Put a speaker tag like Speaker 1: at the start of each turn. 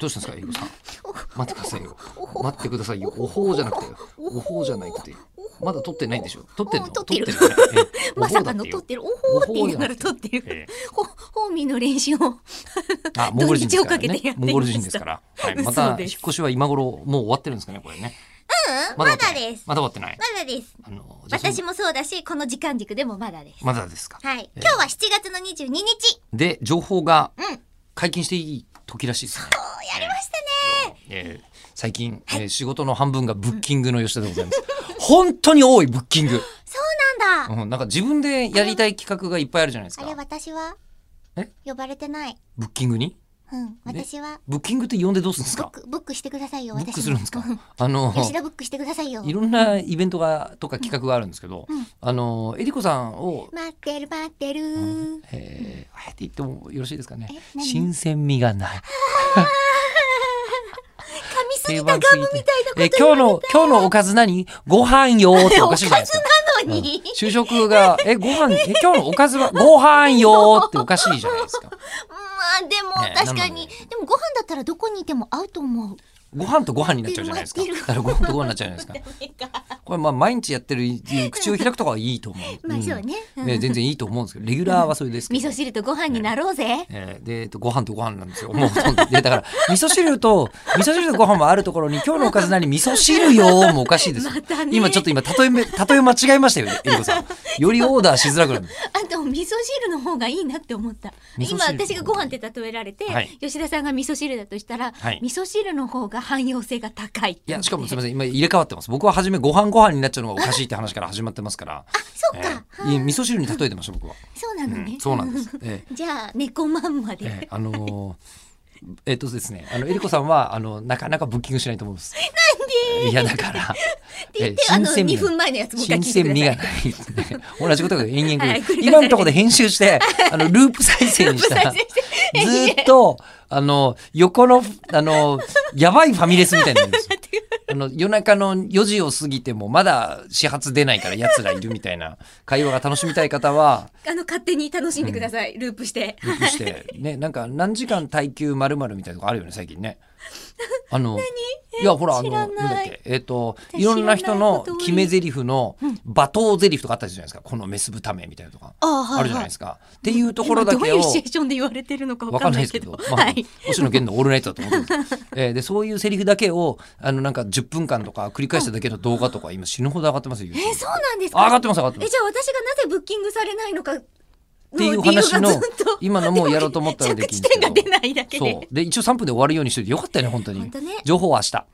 Speaker 1: どうしたんですか、ゆうこさん。待ってくださいよ。待ってくださいよ。おほうじゃなくて、おほうじゃなくて。まだ撮ってないんでしょ。撮ってんの
Speaker 2: うん撮ってる
Speaker 1: 撮よねえ
Speaker 2: まさかの
Speaker 1: おほうだ
Speaker 2: 撮って
Speaker 1: よ
Speaker 2: る。おほーって言いながら撮って
Speaker 1: え
Speaker 2: る
Speaker 1: え。
Speaker 2: ほ、ホーミーの練習を。
Speaker 1: あ、モンゴル人ですから
Speaker 2: 土日をかけてや
Speaker 1: ね
Speaker 2: っ。ていました
Speaker 1: モンゴル人ですから。はい、また
Speaker 2: 嘘
Speaker 1: 引
Speaker 2: で
Speaker 1: っ
Speaker 2: す
Speaker 1: 越しは今頃もう終わってるんですかね、これね。
Speaker 2: うん、まだ
Speaker 1: 終わってない
Speaker 2: です。
Speaker 1: まだ終わってない。
Speaker 2: まだです。
Speaker 1: あの、じゃあ
Speaker 2: 私もそうだし、この時間軸でもまだです。
Speaker 1: まだですか。
Speaker 2: はい。今日は7月の22日。
Speaker 1: で、情報が
Speaker 2: うん。や
Speaker 1: 解禁していい時らしいですね。
Speaker 2: りましたね。
Speaker 1: えー最近、えー仕事の半分がブッキングの吉田でございます。本当に多いブッキング。
Speaker 2: なんだ。
Speaker 1: うん、なんか自分でやりたい企画がいっぱいあるじゃないです
Speaker 2: あれ、
Speaker 1: か。
Speaker 2: 私は
Speaker 1: え
Speaker 2: 呼ばれてない。
Speaker 1: ブッキングに
Speaker 2: うん。私は、
Speaker 1: ブッキングって呼んでどうするんです
Speaker 2: ブッ
Speaker 1: か
Speaker 2: ク、ブックしてくださいよ、
Speaker 1: ブ
Speaker 2: 私
Speaker 1: ッ
Speaker 2: も
Speaker 1: クするんですか
Speaker 2: う
Speaker 1: あの、
Speaker 2: 吉田ブックしてくださいよ。
Speaker 1: いろんなイベントが、とか企画があるんですけど、
Speaker 2: うん
Speaker 1: あの、えりこさんを、
Speaker 2: 待ってる待ってる。
Speaker 1: えーあえて言ってもよろしいですかね
Speaker 2: え。何
Speaker 1: 新鮮味がない。
Speaker 2: 噛みすぎ
Speaker 1: 定
Speaker 2: た
Speaker 1: 番
Speaker 2: ガ
Speaker 1: すぎ
Speaker 2: ム
Speaker 1: て
Speaker 2: みたいなこと
Speaker 1: えー今日の、今日のおかず何ご飯よ ーっておかしいじゃないですか。
Speaker 2: なのに。
Speaker 1: 就職が、え、ご飯、え、今日のおかずは、ご飯よーっておかしいじゃないですか。
Speaker 2: まあでも
Speaker 1: ねえ
Speaker 2: 確
Speaker 1: な
Speaker 2: かに、
Speaker 1: の
Speaker 2: でもご飯だったらどこにいても合うと思う。
Speaker 1: ご飯とご飯になっちゃうじゃないですか。
Speaker 2: 待って
Speaker 1: だ
Speaker 2: る
Speaker 1: からご飯とご飯になっちゃうじゃない ですか。これまあ毎日やってる口を開くとかはいいと思う。
Speaker 2: まあそうね。
Speaker 1: う
Speaker 2: うんん
Speaker 1: ね全然いいと思うんですけど、レギュラーはそれですけ
Speaker 2: 味
Speaker 1: ど
Speaker 2: 噌。汁とご飯になろうぜ。
Speaker 1: えーで、えっと、ご飯とご飯なんですよ。もうほとんど、で、だから、味噌汁と、味噌汁とご飯もあるところに、今日のおかずなに味噌汁よーもおかしいですよ。
Speaker 2: またね
Speaker 1: 今ちょっと今、例えめ、例 え間違えましたよね、えりこさん。よりオーダーしづらくなる。
Speaker 2: あと味噌汁の方がいいなって思った。
Speaker 1: 味噌汁
Speaker 2: 今私がご飯って例えられて、
Speaker 1: はい
Speaker 2: 吉田さんが味噌汁だとしたら、
Speaker 1: はい
Speaker 2: 味噌汁の方が汎用性が高いって
Speaker 1: いや、しかもすみ
Speaker 2: あ
Speaker 1: ません、今入れ替わってます。僕は初めご飯ご飯になっちゃうのがおかしいって話から始まってますから。
Speaker 2: そう
Speaker 1: え
Speaker 2: か、
Speaker 1: ーいえ味噌汁に例えてました、僕は。
Speaker 2: そうなのね、
Speaker 1: うんそうなんです。ええ
Speaker 2: じゃあ猫まんまで、
Speaker 1: ええあのー えっとですね、あのえりこさんはあのなかなかブッキングしないと思うんです。なんで？いやだから、
Speaker 2: って言って、あの
Speaker 1: 味
Speaker 2: 2
Speaker 1: が
Speaker 2: 分前のやつもう一回
Speaker 1: 新
Speaker 2: 聞いて
Speaker 1: 鮮
Speaker 2: くだ
Speaker 1: 味が
Speaker 2: さい
Speaker 1: ないですね。同じことが延々
Speaker 2: はい
Speaker 1: 繰
Speaker 2: 繰
Speaker 1: り
Speaker 2: り返されて
Speaker 1: 今のところで編集して、あのループ再生にしたら、ず
Speaker 2: ループ再生して
Speaker 1: ーっとあの横のあのやばいファミレスみたいになるんです よ。あの夜中の4時を過ぎてもまだ始発出ないから奴らいるみたいな会話が楽しみたい方は
Speaker 2: あの勝手に楽しんでください、ループして
Speaker 1: ループして、ね、なんか何時間耐久まるみたいなとこあるよね最近ね。あ のいやほらあの
Speaker 2: 知ら
Speaker 1: な
Speaker 2: なんい
Speaker 1: だっけえっ、と
Speaker 2: 私
Speaker 1: いろんな人の
Speaker 2: 知らないこと多い
Speaker 1: 決め台詞の罵倒台詞とかあったりするじゃないですかこのメス豚めみたいなのとか
Speaker 2: ああはいはい
Speaker 1: あるじゃないですか。っていうところだ
Speaker 2: 今
Speaker 1: け
Speaker 2: どうい
Speaker 1: を
Speaker 2: うシチュエーションで言われてるのかわ
Speaker 1: わ
Speaker 2: か
Speaker 1: か
Speaker 2: ん
Speaker 1: ん
Speaker 2: な
Speaker 1: ないで
Speaker 2: い
Speaker 1: す
Speaker 2: け
Speaker 1: け
Speaker 2: ど
Speaker 1: ど、ま
Speaker 2: は
Speaker 1: あ
Speaker 2: い、、
Speaker 1: 星野源のオールナイトだと思うんですけど、えーで、そういうセリフだけを、あの、なんか10分間とか繰り返しただけの動画とか、今死ぬほど上がってますよ。
Speaker 2: え
Speaker 1: YouTube
Speaker 2: そうなんです
Speaker 1: あ
Speaker 2: か
Speaker 1: 上がってます、上がってま
Speaker 2: え
Speaker 1: す。
Speaker 2: じゃあ私がなぜブッキングされないのかの
Speaker 1: っていう
Speaker 2: 理由
Speaker 1: 話
Speaker 2: がず
Speaker 1: の
Speaker 2: っと、
Speaker 1: 今のもやろうと思ったらで きる
Speaker 2: 着地
Speaker 1: んです
Speaker 2: 点
Speaker 1: け
Speaker 2: が
Speaker 1: ど
Speaker 2: 出ないだけ
Speaker 1: そ
Speaker 2: で
Speaker 1: う。で、一応3分で終わるようにしといてよかったよね、本当に
Speaker 2: 本。当ね
Speaker 1: 情報は明日。